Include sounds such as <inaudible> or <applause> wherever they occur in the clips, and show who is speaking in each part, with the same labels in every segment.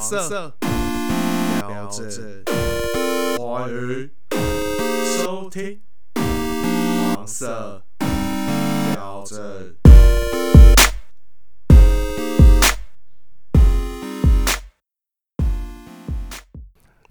Speaker 1: 色，
Speaker 2: 聊着
Speaker 1: 华语
Speaker 2: 收听
Speaker 1: 黄色，
Speaker 2: 聊着。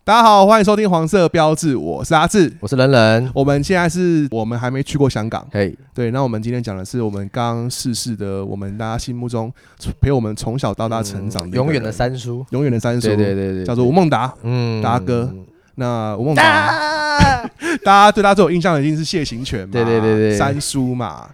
Speaker 1: 大家好，欢迎收听黄色标志，我是阿志。
Speaker 3: 我是人人，
Speaker 1: 我们现在是我们还没去过香港，
Speaker 3: 嘿，
Speaker 1: 对。那我们今天讲的是我们刚逝世的，我们大家心目中陪我们从小到大成长的、
Speaker 3: 永远的，三叔，
Speaker 1: 永远的三叔，
Speaker 3: 对对对对，
Speaker 1: 叫做吴孟达。
Speaker 3: 嗯
Speaker 1: 达哥，那吴孟达，
Speaker 3: 啊，
Speaker 1: <laughs> 大家对他最有印象的一定是谢行权嘛，
Speaker 3: 对对对对
Speaker 1: 三叔嘛。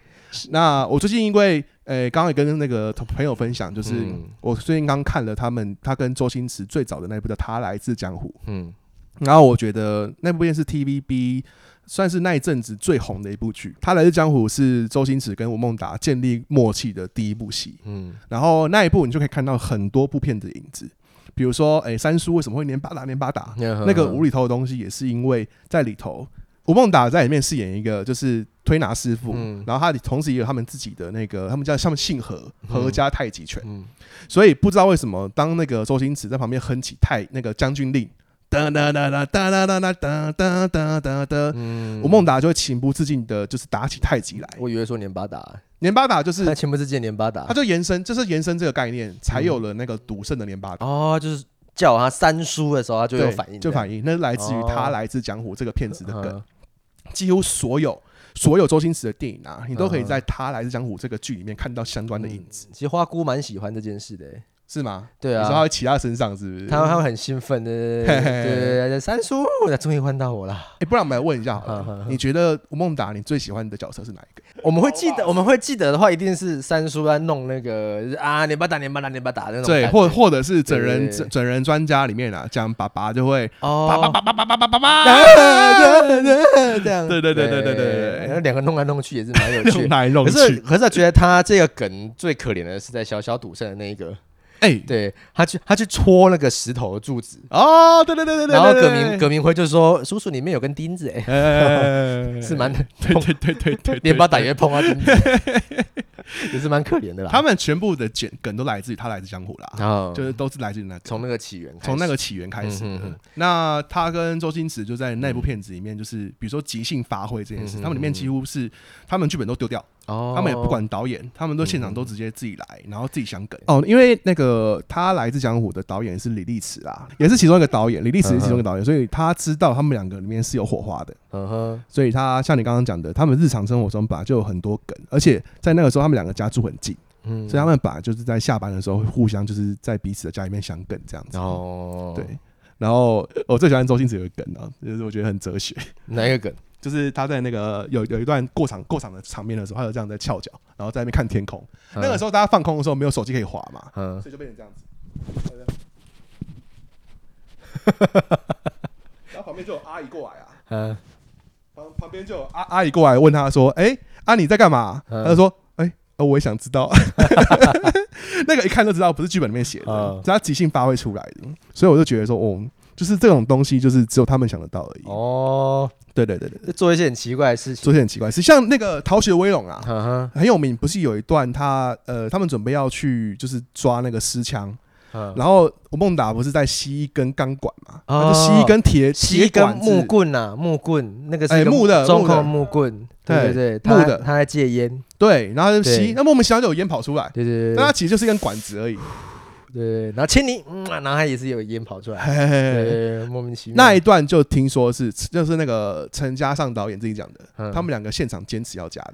Speaker 1: 那我最近因为，呃，刚刚也跟那个同朋友分享，就是
Speaker 3: 嗯
Speaker 1: 我最近刚看了他们他跟周星驰最早的那部叫《他来自江湖》，
Speaker 3: 嗯，
Speaker 1: 然后我觉得那部片是 TVB 算是那一阵子最红的一部剧，《他来自江湖》是周星驰跟吴孟达建立默契的第一部戏。
Speaker 3: 嗯，
Speaker 1: 然后那一部你就可以看到很多部片的影子，比如说，哎，三叔为什么会连八打连八打？
Speaker 3: 那
Speaker 1: 那个无厘头的东西也是因为在里头，吴孟达在里面饰演一个就是推拿师傅，
Speaker 3: 嗯
Speaker 1: 然后他同时也有他们自己的那个，他们叫他们姓何，何家太极拳。
Speaker 3: 嗯
Speaker 1: 所以不知道为什么，当那个周星驰在旁边哼起太那个将军令，哒哒哒哒哒哒哒哒哒哒哒哒哒，
Speaker 3: 嗯
Speaker 1: 吴孟达就会情不自禁的，就是打起太极来。
Speaker 3: 我以为说年巴达，
Speaker 1: 连八打就是
Speaker 3: 他前不是见年巴达
Speaker 1: 他，就延伸，就是延伸这个概念，才有了
Speaker 3: 嗯
Speaker 1: 那个赌圣的连八打。
Speaker 3: 哦，就是叫他三叔的时候，他就有
Speaker 1: 对
Speaker 3: 反应，
Speaker 1: 就反应，那是来自于
Speaker 3: 哦
Speaker 1: 他来自江湖这个片子的梗。
Speaker 3: 嗯
Speaker 1: 几乎所有所有周星驰的电影啊，你都可以
Speaker 3: 嗯
Speaker 1: 在《他来自江湖》这个剧里面看到相关的影子，
Speaker 3: 其实花姑蛮喜欢这件事的，欸
Speaker 1: 是吗？
Speaker 3: 对
Speaker 1: 你说他
Speaker 3: 啊，
Speaker 1: 会骑他身上是不是？
Speaker 3: 他他会很兴奋的，对
Speaker 1: 嘿
Speaker 3: 对
Speaker 1: 嘿
Speaker 3: 对对对，三叔，终于换到我了。
Speaker 1: 哎，不然我们来问一下好
Speaker 3: 嗯
Speaker 1: 了
Speaker 3: 嗯，嗯
Speaker 1: 你觉得吴孟达你最喜欢的角色是哪一个？
Speaker 3: 我们会记得，我们会记得的话，一定是三叔在弄那个就是啊，年巴达，年巴达，年巴达那种感觉，
Speaker 1: 对，或或者是整人
Speaker 3: 对对对
Speaker 1: 整人专家里面啊，讲爸爸就会
Speaker 3: 哦，
Speaker 1: 爸爸爸爸爸爸
Speaker 3: <laughs>
Speaker 1: 爸爸爸，
Speaker 3: 这样，
Speaker 1: 对对对对对对对
Speaker 3: 然后两个弄来弄去也是蛮有
Speaker 1: 弄
Speaker 3: 趣的。
Speaker 1: 来弄
Speaker 3: 可是
Speaker 1: 去。
Speaker 3: 可是，我觉得他这个梗最可怜的是在小小赌圣的那一个，
Speaker 1: 哎，
Speaker 3: 对他去他去戳那个石头的柱子，
Speaker 1: 哦，对对对对对，
Speaker 3: 然后
Speaker 1: 对
Speaker 3: 葛明。
Speaker 1: 对
Speaker 3: 葛明辉就说：“叔叔里面有根钉子，哎，
Speaker 1: 哎，
Speaker 3: 是蛮
Speaker 1: 对对对
Speaker 3: <laughs>
Speaker 1: 对对，
Speaker 3: 连把打也碰到钉
Speaker 1: <laughs>
Speaker 3: 子，也是蛮可怜的啦。”
Speaker 1: 他们全部的梗梗都来自于他来自江湖啦，
Speaker 3: 然后
Speaker 1: 就是都是来自于那个
Speaker 3: 哦从那个起源开始，
Speaker 1: 从那个起源开始的。
Speaker 3: 嗯哼哼
Speaker 1: 那他跟周星驰就在那部片子里面，就是比如说即兴发挥这件事，
Speaker 3: 嗯哼
Speaker 1: 他们里面几乎是他们剧本都丢掉，
Speaker 3: 哦，
Speaker 1: 他们也不管导演，他们都现场都直接自己来，然后自己想梗。嗯哦，因为那个他来自江湖的导演是李立池啦，也是其中一个导演，李立池是其中一个导演，所以他知道他们两个里面是有火花的。
Speaker 3: 嗯哼，
Speaker 1: 所以他像你刚刚讲的，他们日常生活中本来就有很多梗，而且在那个时候他们两个家住很近，
Speaker 3: 嗯
Speaker 1: 所以他们本来就是啊在下班的时候会互相就是在彼此的家里面想梗这样子。
Speaker 3: 哦，
Speaker 1: 对，然后哦我最喜欢周星驰有一个梗啊，就是我觉得很哲学，
Speaker 3: 哪一个梗？
Speaker 1: 就是他在那个有有一段过场过场的场面的时候，他有这样在翘脚，然后在那边看天空。那个时候大家放空的时候没有手机可以滑嘛，
Speaker 3: 嗯，
Speaker 1: 所以就变成这样
Speaker 3: <laughs>
Speaker 1: 子。然后旁边就有阿姨过来啊，
Speaker 3: 嗯嗯。
Speaker 1: 旁旁边就有阿阿姨过来问他说：“哎、啊你在干嘛？”
Speaker 3: 嗯
Speaker 1: 他就说：“哎、呃我也想
Speaker 3: <laughs>
Speaker 1: 知道。” <laughs> 那个一看就知道不是剧本里面写的
Speaker 3: 嗯，
Speaker 1: 是他即兴发挥出来的，所以我就觉得说，哦，就是这种东西，就是只有他们想得到而已。
Speaker 3: 哦，
Speaker 1: 对对对对，对
Speaker 3: 就做一些很奇怪的事情。
Speaker 1: 做些很奇怪是像那个《逃学威龙》啊，
Speaker 3: 嗯哼，
Speaker 1: 很有名，不是有一段他呃，他们准备要去就是抓那个尸枪，
Speaker 3: 嗯
Speaker 1: 然后吴孟达不是在吸一根钢管嘛，
Speaker 3: 哦
Speaker 1: 他就吸一根铁
Speaker 3: 吸一
Speaker 1: 铁
Speaker 3: 根
Speaker 1: 管子
Speaker 3: 木，棍呐，木棍那个是
Speaker 1: 哎
Speaker 3: 一个
Speaker 1: 木的
Speaker 3: 中
Speaker 1: 木的
Speaker 3: 控木棍，对
Speaker 1: 对
Speaker 3: 对对，他
Speaker 1: 木的
Speaker 3: 他在戒烟，
Speaker 1: 对，然后他就吸
Speaker 3: 对，
Speaker 1: 那莫名其妙就有烟跑出来，
Speaker 3: 对嗯对对
Speaker 1: 但它
Speaker 3: 对
Speaker 1: 其实就是一根管子而已。
Speaker 3: 对，然后亲你，嗯，然后他也是有烟跑出来，
Speaker 1: 嘿嘿
Speaker 3: 对
Speaker 1: 嘿
Speaker 3: 对
Speaker 1: 嘿
Speaker 3: 对，莫名其妙。
Speaker 1: 那一段就听说是就是那个陈嘉上导演自己讲的，
Speaker 3: 嗯
Speaker 1: 他们两个现场坚持要加
Speaker 3: <laughs>
Speaker 1: 的，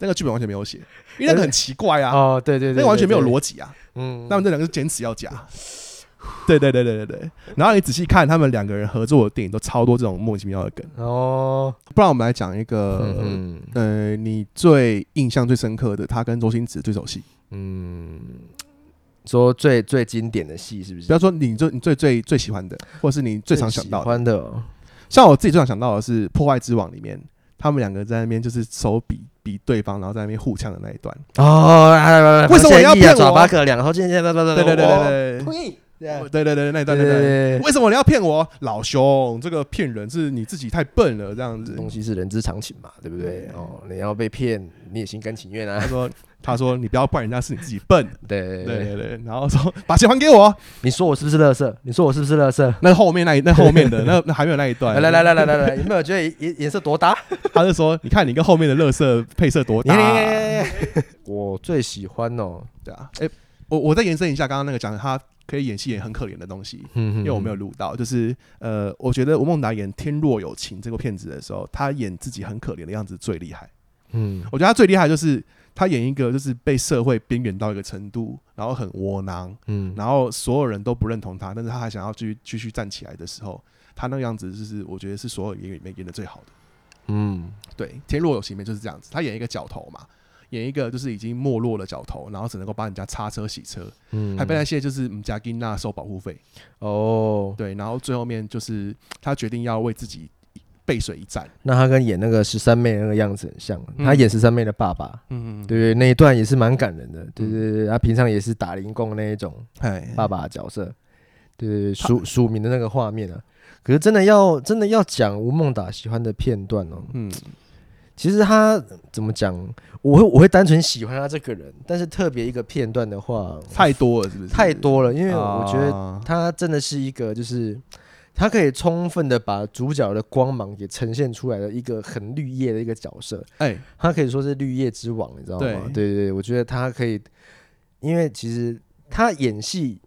Speaker 1: 那个剧本完全没有写，因为那个很奇怪啊，
Speaker 3: 呃哦，对对对，
Speaker 1: 那个完全没有
Speaker 3: 对，
Speaker 1: 逻辑啊。
Speaker 3: 对嗯，
Speaker 1: 他们这两个是坚持要加。 <laughs> 对对对对对对，然后你仔细看他们两个人合作的电影，都超多这种莫名其妙的梗。
Speaker 3: 哦，
Speaker 1: 不然我们来讲一个，
Speaker 3: 嗯
Speaker 1: 呃，你最印象最深刻的他跟周星驰对手戏，
Speaker 3: 嗯，说最最经典的戏是不
Speaker 1: 不
Speaker 3: 是？
Speaker 1: 要说你最你最最最喜欢的，或是你最常想到
Speaker 3: 喜
Speaker 1: 的。
Speaker 3: 欢的哦，
Speaker 1: 像我自己最常想到的是《破坏之王》里面，他们两个在那边就是手比比对方，然后在那边互呛的那一段。
Speaker 3: 哦，啊
Speaker 1: 为什么要骗我
Speaker 3: 爪八个两，然后渐渐，
Speaker 1: 对对对对
Speaker 3: 同意，对啊
Speaker 1: 对对对，那一
Speaker 3: 对
Speaker 1: 段
Speaker 3: 对
Speaker 1: 那一段。
Speaker 3: 对，
Speaker 1: 为什么你要骗我，老兄？这个骗人是你自己太笨了，这样子
Speaker 3: 这。东西是人之常情嘛，对不对？哦，你要被骗，你也心甘情愿
Speaker 1: 他
Speaker 3: 啊。
Speaker 1: 说：“ <laughs> 他说你不要怪人家是你自己笨。
Speaker 3: 对对”
Speaker 1: 对
Speaker 3: 对，
Speaker 1: 对对，然后说 <laughs> 把钱还给我。
Speaker 3: 你说我是不是乐色？你说我是不是乐色？
Speaker 1: 那后面那一那后
Speaker 3: <laughs>
Speaker 1: 面的那那还没有那一段
Speaker 3: 来，来来来来来来，有没有觉得颜颜色多 <laughs> 搭？
Speaker 1: 他就说：“你看你跟后面的乐色配色多大、
Speaker 3: 啊 <laughs> 我最喜欢哦，
Speaker 1: 对啊，哎、我我再延伸一下刚刚那个讲的，他可以演戏演很可怜的东西，
Speaker 3: 因
Speaker 1: 因为我没有录到，就是呃，我觉得吴孟达演《天若有情》这部片子的时候，他演自己很可怜的样子最厉害。
Speaker 3: 嗯
Speaker 1: 我觉得他最厉害就是他演一个就是被社会边缘到一个程度，然后很窝囊，
Speaker 3: 嗯
Speaker 1: 然后所有人都不认同他，但是他还想要继续继续站起来的时候，他那个样子就是我觉得是所有演员里面演的最好的。
Speaker 3: 嗯
Speaker 1: 对，《天若有情》里面就是这样子，他演一个角头嘛，演一个就是已经没落的角头，然后只能够帮人家擦车洗车，
Speaker 3: 嗯
Speaker 1: 还被那些就是嗯加金娜收保护费，
Speaker 3: 哦，
Speaker 1: 对，然后最后面就是他决定要为自己背水一战，
Speaker 3: 那他跟演那个十三妹那个样子很像，
Speaker 1: 嗯
Speaker 3: 他演十三妹的爸爸，
Speaker 1: 嗯，
Speaker 3: 对，对，那一段也是蛮感人的，对对对，他平常也是打零工那一种
Speaker 1: 哎，
Speaker 3: 爸爸的角色，对对对，署署名的那个画面啊。可是真的要真的要讲吴孟达喜欢的片段哦，
Speaker 1: 嗯
Speaker 3: 其实他怎么讲，我会我会单纯喜欢他这个人，但是特别一个片段的话
Speaker 1: 太多了是不是？
Speaker 3: 太多了，因为
Speaker 1: 啊，
Speaker 3: 我觉得他真的是一个，就是他可以充分的把主角的光芒给呈现出来的一个很绿叶的一个角色，
Speaker 1: 哎，
Speaker 3: 他可以说是绿叶之王，你知道吗？对
Speaker 1: 对
Speaker 3: 对对，我觉得他可以，因为其实他演戏，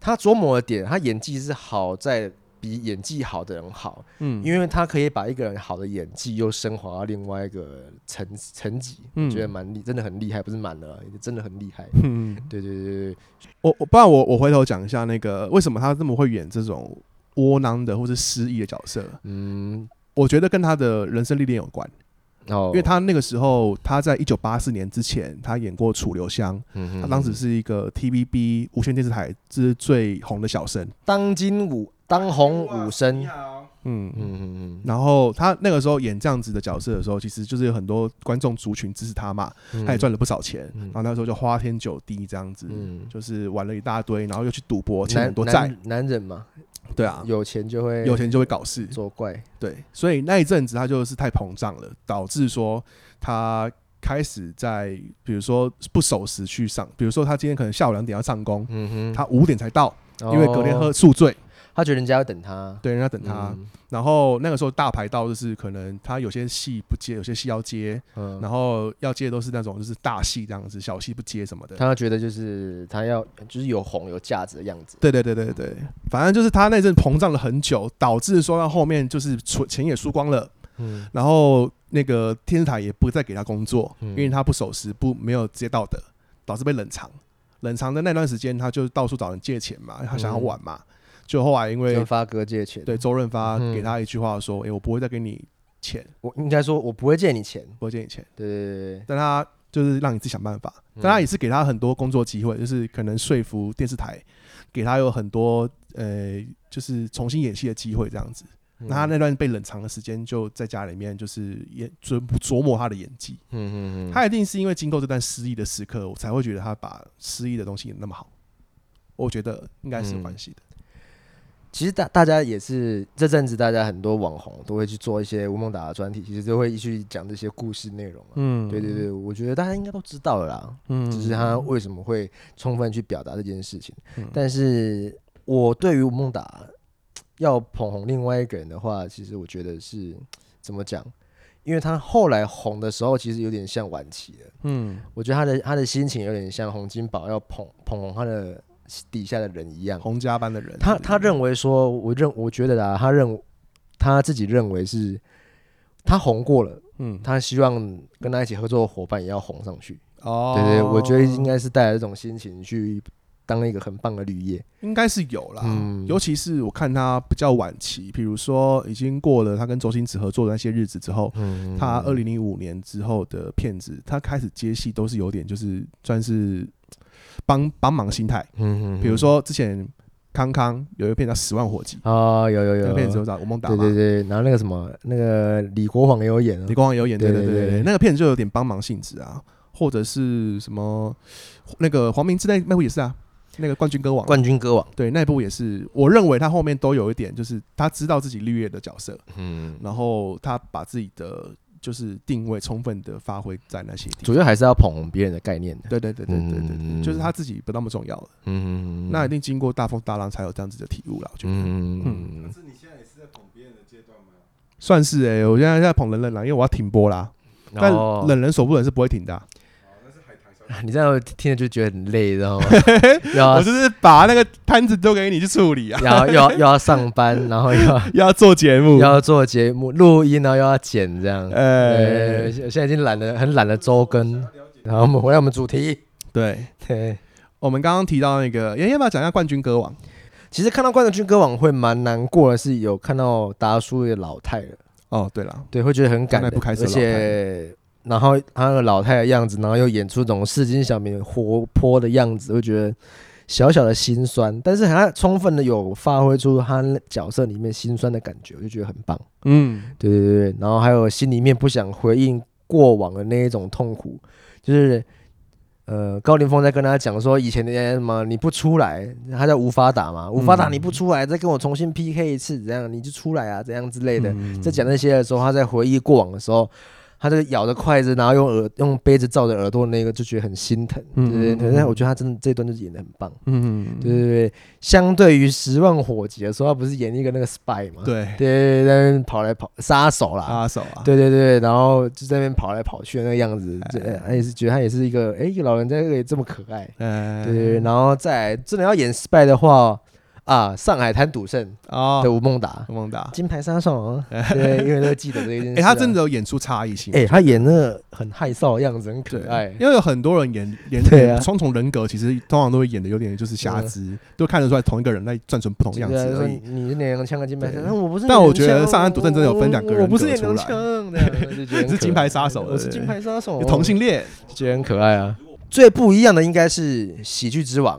Speaker 3: 他琢磨的点，他演技是好在。比演技好的人好，
Speaker 1: 嗯，为
Speaker 3: 因为他可以把一个人好的演技又升华到另外一个层层级，
Speaker 1: 嗯
Speaker 3: 我觉得蛮厉，真的很厉害，不是满了，真的很厉害。
Speaker 1: 嗯，
Speaker 3: 对对对对，
Speaker 1: 我我不然我我回头讲一下那个为什么他这么会演这种窝囊的或是失意的角色，
Speaker 3: 嗯，
Speaker 1: 我觉得跟他的人生历练有关。
Speaker 3: 哦，
Speaker 1: 因为他那个时候，他在一九八四年之前，他演过《楚留香》，
Speaker 3: 嗯哼，
Speaker 1: 他当时是一个 TVB 无线电视台之最红的小生，
Speaker 3: 当今武当红武生，
Speaker 1: 嗯嗯。
Speaker 3: 嗯嗯
Speaker 1: 然后他那个时候演这样子的角色的时候，其实就是有很多观众族群支持他嘛，
Speaker 3: 嗯
Speaker 1: 他也赚了不少钱。
Speaker 3: 嗯
Speaker 1: 然后那时候就花天酒地这样子，
Speaker 3: 嗯
Speaker 1: 就是玩了一大堆，然后又去赌博，欠
Speaker 3: 男
Speaker 1: 很多债。
Speaker 3: 男男人嘛，
Speaker 1: 对啊，
Speaker 3: 有钱就会
Speaker 1: 有钱就会搞事。
Speaker 3: 作怪，
Speaker 1: 对，所以那一阵子他就是太膨胀了，导致说他开始在比如说不守时去上，比如说他今天可能下午两点要上工，
Speaker 3: 嗯哼，
Speaker 1: 他五点才到，
Speaker 3: 他
Speaker 1: 因为隔天喝，宿醉，
Speaker 3: 他觉得人家要等他，
Speaker 1: 对，人家等他。
Speaker 3: 哦嗯，
Speaker 1: 然后那个时候大排到就是可能他有些戏不接，有些戏要接，
Speaker 3: 嗯，
Speaker 1: 然后要接的都是那种就是大戏这样子，小戏不接什么的。
Speaker 3: 他觉得就是他要就是有红有价值的样子，
Speaker 1: 对对对对对，反正就是他那阵膨胀了很久，导致说到后面就是存钱也输光了，
Speaker 3: 嗯
Speaker 1: 然后那个天台也不再给他工作，
Speaker 3: 嗯
Speaker 1: 因为他不守时，不没有职业道德，导致被冷藏。冷藏的那段时间，他就到处找人借钱嘛，他想要玩嘛。就后来因为
Speaker 3: 跟发哥借钱，
Speaker 1: 对周润发
Speaker 3: 嗯
Speaker 1: 给他一句话说：“诶，我不会再给你钱，
Speaker 3: 我应该说我不会借你钱，
Speaker 1: 不会借你钱。
Speaker 3: 对对”
Speaker 1: 但他就是让你自己想办法。
Speaker 3: 嗯
Speaker 1: 但他也是给他很多工作机会，就是可能说服电视台，给他有很多呃，就是重新演戏的机会这样子。
Speaker 3: 对，
Speaker 1: 那他那段被冷藏的时间，就在家里面就是也琢琢磨他的演技。
Speaker 3: 嗯嗯嗯，
Speaker 1: 他一定是因为经过这段失意的时刻，我才会觉得他把失意的东西演得那么好。我觉得应该是有关系的。
Speaker 3: 其实大大家也是这阵子，大家很多网红都会去做一些吴孟达的专题，其实都会去讲这些故事内容啊。
Speaker 1: 嗯
Speaker 3: 对对，对，我觉得大家应该都知道了啦，
Speaker 1: 嗯
Speaker 3: 只是他为什么会充分去表达这件事情
Speaker 1: 嗯。
Speaker 3: 但是我对于吴孟达要捧红另外一个人的话，其实我觉得是怎么讲？因为他后来红的时候，其实有点像晚期的，
Speaker 1: 嗯
Speaker 3: 我觉得他的他的心情有点像洪金宝要捧捧红他的底下的人一样。
Speaker 1: 洪家班的人，
Speaker 3: 他他
Speaker 1: 为
Speaker 3: 认为说，我认我觉得啊，他认他自己认为是，他红过了，
Speaker 1: 嗯
Speaker 3: 他希望跟他一起合作的伙伴也要红上去。
Speaker 1: 哦
Speaker 3: 对对，我觉得应该是带来这种心情去当一个很棒的绿叶。
Speaker 1: 应该是有啦。
Speaker 3: 嗯
Speaker 1: 尤其是我看他比较晚期，比如说已经过了他跟周星驰合作的那些日子之后，
Speaker 3: 嗯
Speaker 1: 他二零零五年之后的片子，他开始接戏都是有点就是算是帮帮忙心态。
Speaker 3: 嗯
Speaker 1: 比如说之前康康有一个片叫《十万火急》，
Speaker 3: 啊，有有
Speaker 1: 那
Speaker 3: 有
Speaker 1: 个片子有找吴孟达
Speaker 3: 对
Speaker 1: 嘛
Speaker 3: 对，对，然后那个什么，那个李国煌也有演啊
Speaker 1: 李。光也有演，对
Speaker 3: 对
Speaker 1: 对
Speaker 3: 对
Speaker 1: 对
Speaker 3: 对
Speaker 1: 对，那个片子就有点帮忙性质啊，或者是什么那个黄明志那那部也是啊，那个冠军歌王，
Speaker 3: 冠军歌王，
Speaker 1: 对那一部也是，我认为他后面都有一点，就是他知道自己绿叶的角色，
Speaker 3: 嗯，
Speaker 1: 然后他把自己的就是定位充分的发挥在那些地
Speaker 3: 主
Speaker 1: 方。
Speaker 3: 要还是要捧红别人的概念的，
Speaker 1: 对对对对对对，
Speaker 3: 嗯
Speaker 1: 就是他自己不那么重要了，
Speaker 3: 嗯，
Speaker 1: 那一定经过大风大浪才有这样子的体悟了，我觉得。
Speaker 3: 嗯嗯
Speaker 4: 是你现在也是在捧别人的阶段吗？
Speaker 1: 算是哎、我现在在捧冷冷啦，因为我要停播啦。但
Speaker 3: 哦
Speaker 1: 冷人手不冷是不会停的啊、
Speaker 3: <laughs> 你这样听着就觉得很累，知 <laughs> 道吗？又要
Speaker 1: 我就是把那个摊子丢给你去处理啊，
Speaker 3: 又要又要又要上班，然后又要
Speaker 1: 要做节目
Speaker 3: 又，要做节目录音，然后又要剪这样。
Speaker 1: 呃
Speaker 3: 呃，，现在已经懒得很懒得周更。然后我们回来我们主
Speaker 1: <laughs>
Speaker 3: 题，
Speaker 1: 对，
Speaker 3: 对，
Speaker 1: 我们刚刚提到那个，要要不要讲一下冠军歌王？
Speaker 3: 其实看到冠军歌晚会蛮难过的，是有看到达叔的老太了，
Speaker 1: 哦，对了，
Speaker 3: 对，会觉得很感
Speaker 1: 看来
Speaker 3: 人，
Speaker 1: 不开始
Speaker 3: 而且然后他那个老太的样子，然后又演出那种市井小民活泼的样子，会觉得小小的心酸，但是他充分的有发挥出他角色里面心酸的感觉，我就觉得很棒。
Speaker 1: 嗯，
Speaker 3: 对对对，对，然后还有心里面不想回应过往的那一种痛苦，就是呃，高凌风在跟他讲说，以前的人家什么你不出来，他叫无法打嘛，无法打
Speaker 1: 嗯
Speaker 3: 你不出来，再跟我重新 PK 一次，怎样你就出来啊，怎样之类的。
Speaker 1: 嗯
Speaker 3: 在讲那些的时候，他在回忆过往的时候，他就咬着筷子，然后用耳用杯子照着耳朵那个，就觉得很心疼。
Speaker 1: 嗯
Speaker 3: 对对
Speaker 1: 嗯嗯
Speaker 3: 对，但我觉得他真的这一段就演的很棒。
Speaker 1: 嗯，
Speaker 3: 对对对，相对于《十万火急》的时候，他不是演一个那个 spy 嘛？
Speaker 1: 对，
Speaker 3: <laughs> 对，在那边跑来跑杀手啦，
Speaker 1: 阿手啊，，
Speaker 3: 对对对，然后就在那边跑来跑去的那个样子，这
Speaker 1: 哎
Speaker 3: 他也是觉得他也是一个，哎，一个老人家也这么可爱，
Speaker 1: 呃，
Speaker 3: 对对对，然后再来真的要演 spy 的话啊，上海滩赌圣
Speaker 1: 哦
Speaker 3: 的，吴孟达，
Speaker 1: 汪达，
Speaker 3: 金牌杀手 <laughs> 啊，对，因为都记得这一件
Speaker 1: 哎、
Speaker 3: 事，啊
Speaker 1: 他真的，有演出差异性，
Speaker 3: 哎，他演那个很害臊的样子，很
Speaker 1: 对
Speaker 3: 可爱，，
Speaker 1: 因为有很多人演演
Speaker 3: 对啊
Speaker 1: 双重人格，其实通常都会演的有点就是瑕疵，都看得出来同一个人在转成不同样子
Speaker 3: 就是说
Speaker 1: 而已。
Speaker 3: 你是娘娘啊腔啊，金牌杀
Speaker 1: 对
Speaker 3: 手，我不是娘娘腔，
Speaker 1: 但我觉得上海滩赌圣真的有分两个人
Speaker 3: 啊我不是
Speaker 1: 格
Speaker 3: 娘
Speaker 1: 出
Speaker 3: 娘
Speaker 1: 来
Speaker 3: 腔，这样就觉得很可
Speaker 1: 是金牌
Speaker 3: 爱
Speaker 1: 杀手
Speaker 3: 我 <laughs> 是
Speaker 1: 对
Speaker 3: 金牌杀手，
Speaker 1: 同性恋，
Speaker 3: 觉得很可爱啊。最不一样的应该是《喜剧之王》，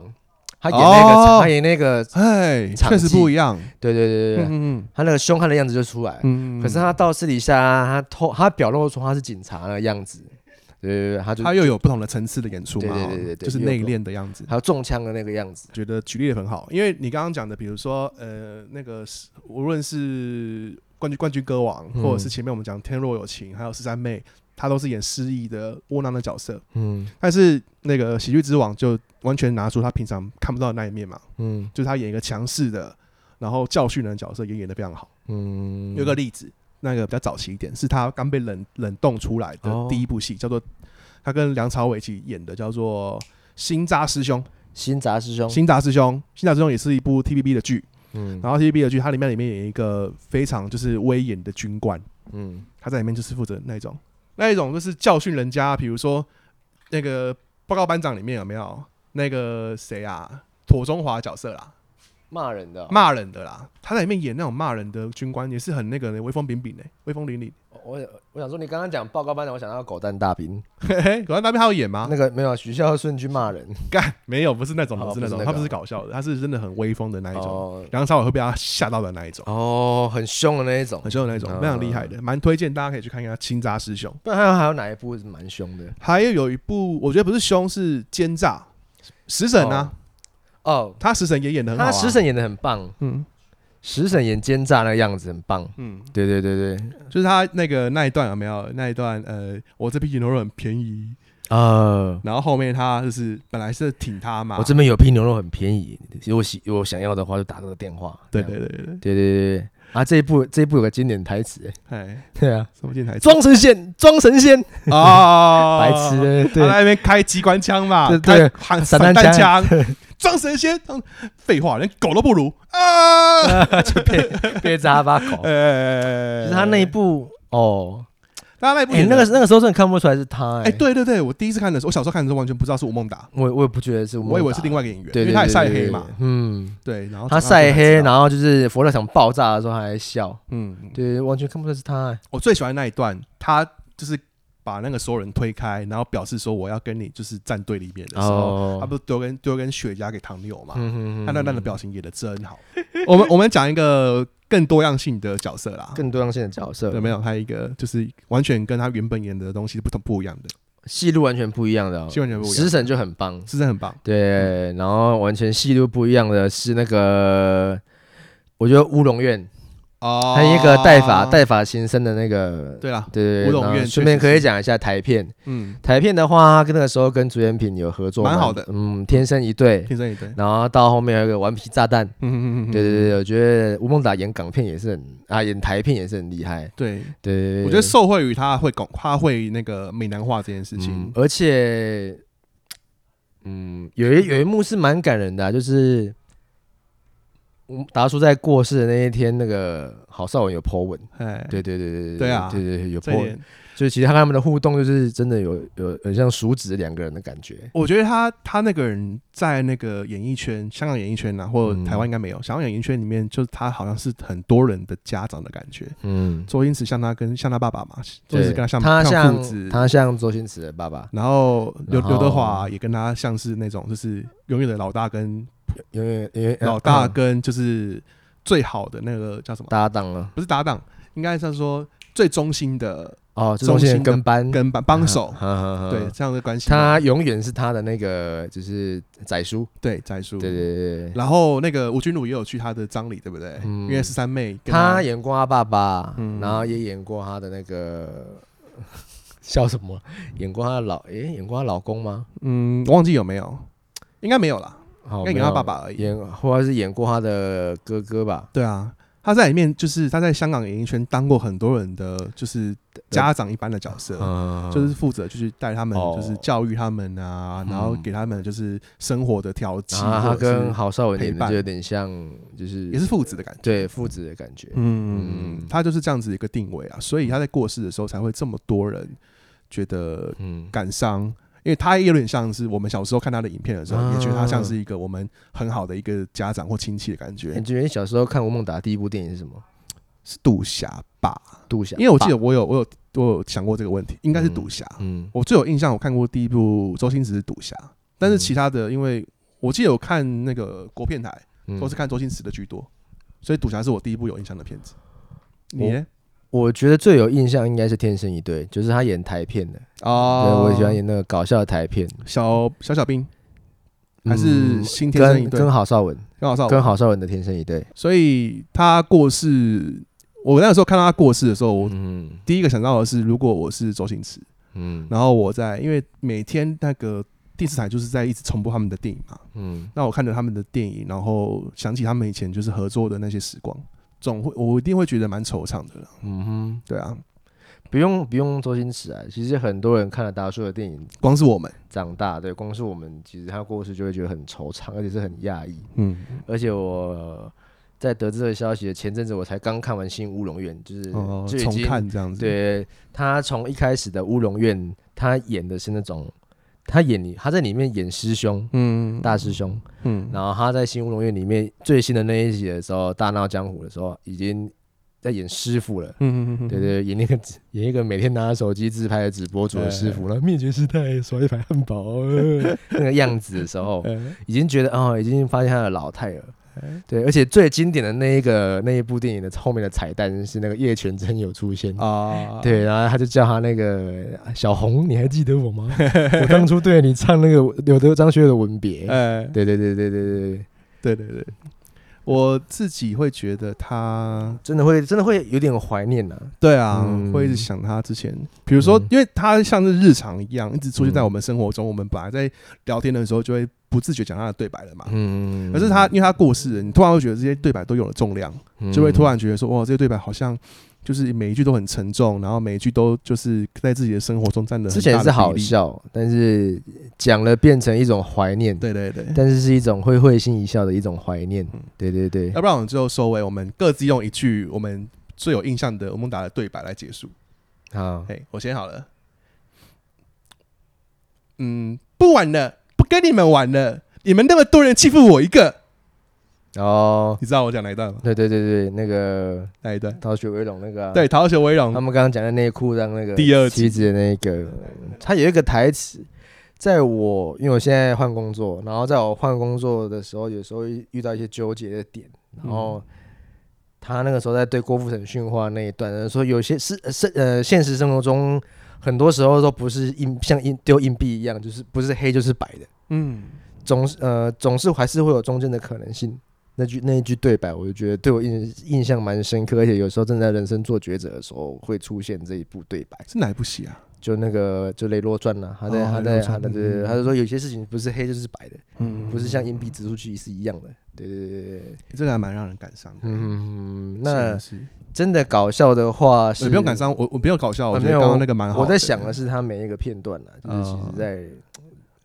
Speaker 3: 他演那个，
Speaker 1: 哦
Speaker 3: 他演那个，
Speaker 1: 哎，
Speaker 3: 场
Speaker 1: 确实
Speaker 3: 记
Speaker 1: 不一样。
Speaker 3: 对对对对对，
Speaker 1: 嗯
Speaker 3: 他那个凶悍的样子就出来。
Speaker 1: 嗯嗯
Speaker 3: 可是他到私底下，他透他表露出他是警察的样子，对对对，他就
Speaker 1: 他又有不同的层次的演出嘛，哦
Speaker 3: 对对对对对
Speaker 1: 就是内敛的样子。
Speaker 3: 还有中枪的那个样子，
Speaker 1: 觉得举例的很好，因为你刚刚讲的，比如说呃，那个是无论是冠军冠军歌王，
Speaker 3: 嗯
Speaker 1: 或者是前面我们讲《天若有情》，还有十三妹，她都是演失意的窝囊的角色。
Speaker 3: 嗯
Speaker 1: 但是那个喜剧之王就完全拿出他平常看不到的那一面嘛，
Speaker 3: 嗯
Speaker 1: 就是他演一个强势的，然后教训人的角色也演得非常好。
Speaker 3: 嗯
Speaker 1: 有个例子，那个比较早期一点，是他刚被冷冷冻出来的
Speaker 3: 哦
Speaker 1: 第一部戏，叫做他跟梁朝伟一起演的，叫做《新扎师兄》。
Speaker 3: 新杂师兄，
Speaker 1: 新扎师兄，新扎师兄也是一部 TVB 的剧，
Speaker 3: 嗯
Speaker 1: 然后 TVB 的剧它里面里面演一个非常就是威严的军官，
Speaker 3: 嗯
Speaker 1: 他在里面就是负责那种那一种就是教训人家，比如说那个报告班长里面有没有那个谁啊，妥中华角色啦，
Speaker 3: 骂人的哦，
Speaker 1: 骂人的啦，他在里面演那种骂人的军官，也是很那个的威风凛凛的、威风凛凛。
Speaker 3: 我我想说你刚刚讲报告班长，我想到狗蛋大兵，
Speaker 1: 嘿嘿，狗蛋那边还有演吗？
Speaker 3: 那个没有许孝顺去骂人，
Speaker 1: 干没有，不是那种，
Speaker 3: 哦
Speaker 1: 不是那
Speaker 3: 不是那
Speaker 1: 种，
Speaker 3: 个
Speaker 1: 他不是搞笑的，他是真的很威风的那一种，
Speaker 3: 哦
Speaker 1: 梁朝伟会被他吓到的那一种，
Speaker 3: 哦，很凶的那一种
Speaker 1: 很，凶的那一
Speaker 3: 哦
Speaker 1: 种，非常厉害的，蛮推荐大家可以去看一下《青扎师兄》。
Speaker 3: 不然还有还有哪一部是蛮凶的？
Speaker 1: 还有有一部，我觉得不是凶，是奸诈，食神啊，
Speaker 3: 哦，
Speaker 1: 他食神也演的很好、啊，
Speaker 3: 他食，神演的很棒，
Speaker 1: 嗯
Speaker 3: 食神演奸诈那个样子很棒。
Speaker 1: 嗯，
Speaker 3: 对对对对，
Speaker 1: 就是他那个那一段有没有？那一段呃，我这批牛肉很便宜，
Speaker 3: 呃，
Speaker 1: 然后后面他就是本来是挺他嘛，
Speaker 3: 我这边有批牛肉很便宜，如果喜如果想要的话就打这个电话。
Speaker 1: 对
Speaker 3: 这
Speaker 1: 对
Speaker 3: 样
Speaker 1: 对对对，
Speaker 3: 对对对对啊，这一部这一部有个经典台词， <laughs> 哎
Speaker 1: 哎，
Speaker 3: 对啊，
Speaker 1: 什么电台
Speaker 3: 装神仙，装神仙，<laughs>
Speaker 1: 啊，
Speaker 3: 白痴，欸
Speaker 1: <laughs> 他在
Speaker 3: 对
Speaker 1: 那边开机关枪嘛，
Speaker 3: 对对
Speaker 1: 开喊散
Speaker 3: 散
Speaker 1: 弹
Speaker 3: 弹
Speaker 1: 枪， <laughs> 装神仙，当废话，连狗都不如啊！ <laughs>
Speaker 3: 啊， <laughs> 就被被扎巴口。就
Speaker 1: 呃
Speaker 3: 是他那一，部哦，
Speaker 1: 他那一部
Speaker 3: 哎，
Speaker 1: 演
Speaker 3: 那
Speaker 1: 得
Speaker 3: 个那个时候真的看不出来是他，哎
Speaker 1: 哎，，对对对，我第一次看的时候，我小时候看的时候完全不知道是吴孟达，
Speaker 3: 我我也不觉得是，
Speaker 1: 我以为是另
Speaker 3: 外，
Speaker 1: 外一个演员，
Speaker 3: 对
Speaker 1: 因
Speaker 3: 对，
Speaker 1: 为他也
Speaker 3: 对
Speaker 1: 晒黑嘛，，哦
Speaker 3: 对对嗯，
Speaker 1: 对，然后
Speaker 3: 他晒黑，
Speaker 1: 后
Speaker 3: 然后就是佛跳墙爆炸的时候他还笑，
Speaker 1: 嗯，
Speaker 3: 对，完全看不出来是他，哎
Speaker 1: 我最喜欢那一段，他就是把那个所有人推开，然后表示说我要跟你就是站队里面
Speaker 3: 哦
Speaker 1: 的时候，他不是丢根丢根雪茄给唐六嘛，
Speaker 3: 嗯
Speaker 1: 他那段的表情演的真好。我们我们讲一个更多样性的角色啦，
Speaker 3: 更多样性的角色
Speaker 1: 有没有？还有一个就是完全跟他原本演的东西不同不一样的，
Speaker 3: 戏路完全不一样的、哦，
Speaker 1: 戏完全不一样嗯
Speaker 3: 食神就很棒，
Speaker 1: 是真的很棒。
Speaker 3: 对，然后完全戏路不一样的是那个，我觉得乌龙院，
Speaker 1: 哦
Speaker 3: 还有一个带法带法新生的那个，
Speaker 1: 对啦，
Speaker 3: 对
Speaker 1: 乌
Speaker 3: 对
Speaker 1: 龙
Speaker 3: 对，
Speaker 1: 院
Speaker 3: 然后顺
Speaker 1: 确实
Speaker 3: 便可以讲一下台片，
Speaker 1: 嗯，
Speaker 3: 台片的话，跟那个时候跟主演品有合作，
Speaker 1: 蛮好的
Speaker 3: 嗯，天生一对，
Speaker 1: 天生一对，嗯
Speaker 3: 然后到后面还有一个顽皮炸弹，
Speaker 1: 嗯嗯嗯，
Speaker 3: 对对对，我觉得吴孟达演港片也是很啊，演台片也是很厉害，
Speaker 1: 对，
Speaker 3: 对对对，
Speaker 1: 我觉得受惠于他会讲，他会那个闽南话这件事
Speaker 3: 嗯
Speaker 1: 情，
Speaker 3: 而且，嗯，有一有一幕是蛮感人的啊、就是我达叔在过世的那一天，那个郝邵文有 po 文，
Speaker 1: 哎，
Speaker 3: 对对对对
Speaker 1: 对啊
Speaker 3: 对对对有
Speaker 1: 这
Speaker 3: po
Speaker 1: 一
Speaker 3: 文
Speaker 1: 点，，
Speaker 3: 所以其实他跟他们的互动就是真的有有很像叔侄两个人的感觉，
Speaker 1: 我觉得他他那个人在那个演艺圈，香港演艺圈啊，或者
Speaker 3: 嗯
Speaker 1: 台湾应该没有，香港演艺圈里面，就是他好像是很多人的家长的感觉。
Speaker 3: 嗯，
Speaker 1: 周星驰像他跟像他爸爸嘛，周
Speaker 3: 对
Speaker 1: 星驰跟
Speaker 3: 他
Speaker 1: 他像像父子
Speaker 3: 像，他像周星驰的爸爸，
Speaker 1: 然后刘
Speaker 3: 然后
Speaker 1: 刘德华也跟他像是那种就是永远的老大跟
Speaker 3: 因为因为
Speaker 1: 老大
Speaker 3: 嗯
Speaker 1: 跟就是最好的那个叫什么？
Speaker 3: 搭档啊了，
Speaker 1: 不是搭档，应该是说最忠心的
Speaker 3: 哦，这
Speaker 1: 中
Speaker 3: 中
Speaker 1: 心
Speaker 3: 心
Speaker 1: 的
Speaker 3: 跟班
Speaker 1: 跟帮帮手，
Speaker 3: <laughs> 哈哈哈
Speaker 1: <laughs> 对这样的关系
Speaker 3: 嗯
Speaker 1: 嘛。
Speaker 3: 他永远是他的那个就是仔叔，
Speaker 1: 对翟叔，
Speaker 3: 对对对对。
Speaker 1: 然后那个吴君如也有去他的葬礼，对不对？
Speaker 3: 嗯
Speaker 1: 因为十三妹跟
Speaker 3: 他演过他爸爸，
Speaker 1: 嗯
Speaker 3: 然后也演过他的那
Speaker 1: <laughs>
Speaker 3: 个笑什么？演过他的老诶、演过他老公吗？
Speaker 1: 嗯，我忘记有没有，应该没有啦。
Speaker 3: 好，哦
Speaker 1: 应该
Speaker 3: 没
Speaker 1: 演他
Speaker 3: 有
Speaker 1: 爸爸而已
Speaker 3: 演或者是演过他的哥哥吧？
Speaker 1: 对啊，他在里面就是他在香港演艺圈当过很多人的就是家长一般的角色。
Speaker 3: 嗯，
Speaker 1: 就是负责就是带他们，
Speaker 3: 哦
Speaker 1: 就是教育他们啊，然后
Speaker 3: 嗯
Speaker 1: 给他们就是生活的调剂，
Speaker 3: 然后他
Speaker 1: 或者是
Speaker 3: 跟郝邵文演
Speaker 1: 陪
Speaker 3: 的
Speaker 1: 伴
Speaker 3: 就有点像，就是
Speaker 1: 也是父子的感觉。
Speaker 3: 对父子的感觉。
Speaker 1: 嗯
Speaker 3: 嗯，
Speaker 1: 他就是这样子一个定位啊，所以他在过世的时候才会这么多人觉得
Speaker 3: 嗯，
Speaker 1: 感伤，因为他也有点像是我们小时候看他的影片的时候，
Speaker 3: 啊
Speaker 1: 也觉得他像是一个我们很好的一个家长或亲戚的感觉
Speaker 3: 你。觉得你小时候看吴孟达第一部电影是什么？
Speaker 1: 是赌侠吧？
Speaker 3: 杜侠，
Speaker 1: 因为我记
Speaker 3: 得，
Speaker 1: 得我有我有我有想过这个问题，应该是赌侠。
Speaker 3: 嗯，
Speaker 1: 我最有印象，我看过第一部周星驰是赌侠，但是其他的，因为我记得有看那个国片台，
Speaker 3: 嗯
Speaker 1: 都是看周星驰的居多，所以赌侠是我第一部有印象的片子。你呢？
Speaker 3: 我觉得最有印象应该是《天生一对》，就是他演台片的，对
Speaker 1: 哦
Speaker 3: 我也喜欢演那个搞笑的台片，
Speaker 1: 小小小兵，还是
Speaker 3: 嗯
Speaker 1: 新天生一
Speaker 3: 跟
Speaker 1: 对？哦
Speaker 3: 跟郝邵文，
Speaker 1: 刚好上
Speaker 3: 跟郝邵文的天生一对。
Speaker 1: 所以他过世，我那个时候看到他过世的时候，我
Speaker 3: 嗯
Speaker 1: 第一个想到的是，如果我是周星驰，
Speaker 3: 嗯
Speaker 1: 然后我在因为每天那个电视台就是在一直重播他们的电影嘛，
Speaker 3: 嗯
Speaker 1: 那我看着他们的电影，然后想起他们以前就是合作的那些时光，总会我一定会觉得蛮惆怅的啦。
Speaker 3: 嗯哼，
Speaker 1: 对啊，
Speaker 3: 不用不用周星驰啊，其实很多人看了达叔的电影
Speaker 1: 光是我们，
Speaker 3: 长大，对，光是我们其实他过世就会觉得很惆怅，而且是很讶异。
Speaker 1: 嗯，
Speaker 3: 而且我在得知这个消息的前阵子，我才刚看完《新乌龙院》，就是、
Speaker 1: 哦，
Speaker 3: 就已
Speaker 1: 重
Speaker 3: 经
Speaker 1: 看这样子，，
Speaker 3: 对他从一开始的《乌龙院》，他演的是那种他演里他在里面演师兄
Speaker 1: 嗯，
Speaker 3: 大师兄，
Speaker 1: 嗯，
Speaker 3: 然后他在《新乌龙院》里面最新的那一集的时候，《大闹江湖》的时候，已经在演师傅了。
Speaker 1: 嗯嗯嗯，
Speaker 3: 对对，演那个演一个每天拿着手机自拍的直播主的师傅，然后灭绝师太刷一排汉堡、呃那个样子的时候，
Speaker 1: 嗯，
Speaker 3: 已经觉得哦，已经发现他的老态了。对，而且最经典的那一个那一部电影的后面的彩蛋是那个叶全真有出现。
Speaker 1: 啊，
Speaker 3: 对，然后他就叫他那个小红，你还记得我吗？我当初对你唱那个有的张学友的《吻
Speaker 1: <laughs>
Speaker 3: 别》。
Speaker 1: 哎，
Speaker 3: 对对对对对对对，
Speaker 1: 对对对，我自己会觉得他，
Speaker 3: 真的会真的会有点怀念呐、
Speaker 1: 对啊，
Speaker 3: 嗯
Speaker 1: 会一直想他之前，比如说，
Speaker 3: 嗯
Speaker 1: 因为他像是日常一样，一直出现在
Speaker 3: 嗯
Speaker 1: 我们生活中，我们本来在聊天的时候就会不自觉讲他的对白了嘛。
Speaker 3: 嗯
Speaker 1: 可是他，因为他过世了，你突然会觉得这些对白都有了重量，
Speaker 3: 嗯
Speaker 1: 就会突然觉得说，哇，这些对白好像就是每一句都很沉重，然后每一句都就是在自己的生活中占了
Speaker 3: 之
Speaker 1: 很大
Speaker 3: 前
Speaker 1: 的
Speaker 3: 是好
Speaker 1: 比例。
Speaker 3: 笑，但是讲了变成一种怀念，
Speaker 1: 对嗯对对，
Speaker 3: 但是是一种会会心一笑的一种怀念。对对对
Speaker 1: 要，不然我们最后收尾，我们各自用一句我们最有印象的吴孟达的对白来结束。
Speaker 3: 好，
Speaker 1: 嘿，我先好了。嗯，不玩了，不跟你们玩了。你们那么多人欺负我一个，
Speaker 3: 哦，
Speaker 1: 你知道我讲哪一段吗？
Speaker 3: 对对对对，那个
Speaker 1: 哪一段？
Speaker 3: 逃学威龙那个、啊，
Speaker 1: 对，逃学威
Speaker 3: 他
Speaker 1: 龙，
Speaker 3: 们刚刚讲的内裤让那个
Speaker 1: 第二集
Speaker 3: 妻子的那个，他有一个台词，在我因为我现在换工作，然后在我换工作的时候，有时候遇到一些纠结的点，然后
Speaker 1: 嗯
Speaker 3: 他那个时候在对郭富城训话那一段，说有些是是呃现实生活中很多时候都不是硬像硬丢硬币一样，就是不是黑就是白的，
Speaker 1: 嗯，
Speaker 3: 总是呃总是还是会有中间的可能性。那句那一句对白，我就觉得对我印印象蛮深刻，而且有时候正在人生做抉择的时候会出现这一部对白，
Speaker 1: 是哪一部戏啊？
Speaker 3: 就那个就雷洛传呐、他在、
Speaker 1: 哦
Speaker 3: 他
Speaker 1: 雷
Speaker 3: 在
Speaker 1: 洛
Speaker 3: 他
Speaker 1: 传
Speaker 3: 的对对对，
Speaker 1: 嗯
Speaker 3: 他就说有些事情不是黑就是白的，
Speaker 1: 嗯，
Speaker 3: 不是像硬币指出去是一样的。对对对对对，
Speaker 1: 这个还蛮让人感伤的。
Speaker 3: 嗯，
Speaker 1: 嗯是呃
Speaker 3: 那
Speaker 1: 啊是，
Speaker 3: 真的搞笑的话是
Speaker 1: 也不用感伤，我我不用搞笑，我
Speaker 3: 嗯啊
Speaker 1: 觉
Speaker 3: 没有
Speaker 1: 得刚刚那个蛮好。
Speaker 3: 我在想的，是他每一个片段啊，就是其
Speaker 1: 哦
Speaker 3: 实在、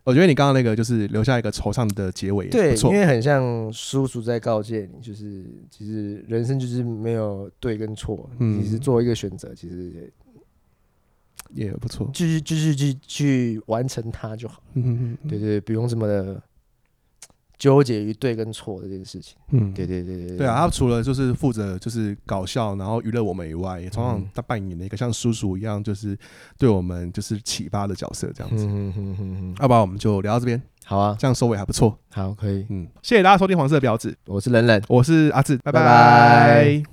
Speaker 1: 我觉得你刚刚那个就是留下一个惆怅的结尾，
Speaker 3: 对，
Speaker 1: 不错
Speaker 3: 因。为很像叔叔在告诫你，就是其实人生就是没有对跟错，
Speaker 1: 嗯
Speaker 3: 你是做一个选择，其实
Speaker 1: 也不错。
Speaker 3: 继续继续去去完成它就好。
Speaker 1: 嗯
Speaker 3: 对对对，不用这么的纠结于对跟错这件事情。
Speaker 1: 嗯
Speaker 3: 对对对对对
Speaker 1: 对啊，他除了就是负责就是搞笑，然后娱乐我们以外，也常常
Speaker 3: 嗯
Speaker 1: 他扮演了一个像叔叔一样，就是对我们就是启发的角色这样子。
Speaker 3: 嗯嗯嗯嗯嗯，
Speaker 1: 要不然我们就聊到这边，
Speaker 3: 好啊，
Speaker 1: 这样收尾还不错。
Speaker 3: 好，可以，
Speaker 1: 嗯，谢谢大家收听黄色的标志，
Speaker 3: 我是冷冷。
Speaker 1: 我是阿志，拜
Speaker 3: 拜拜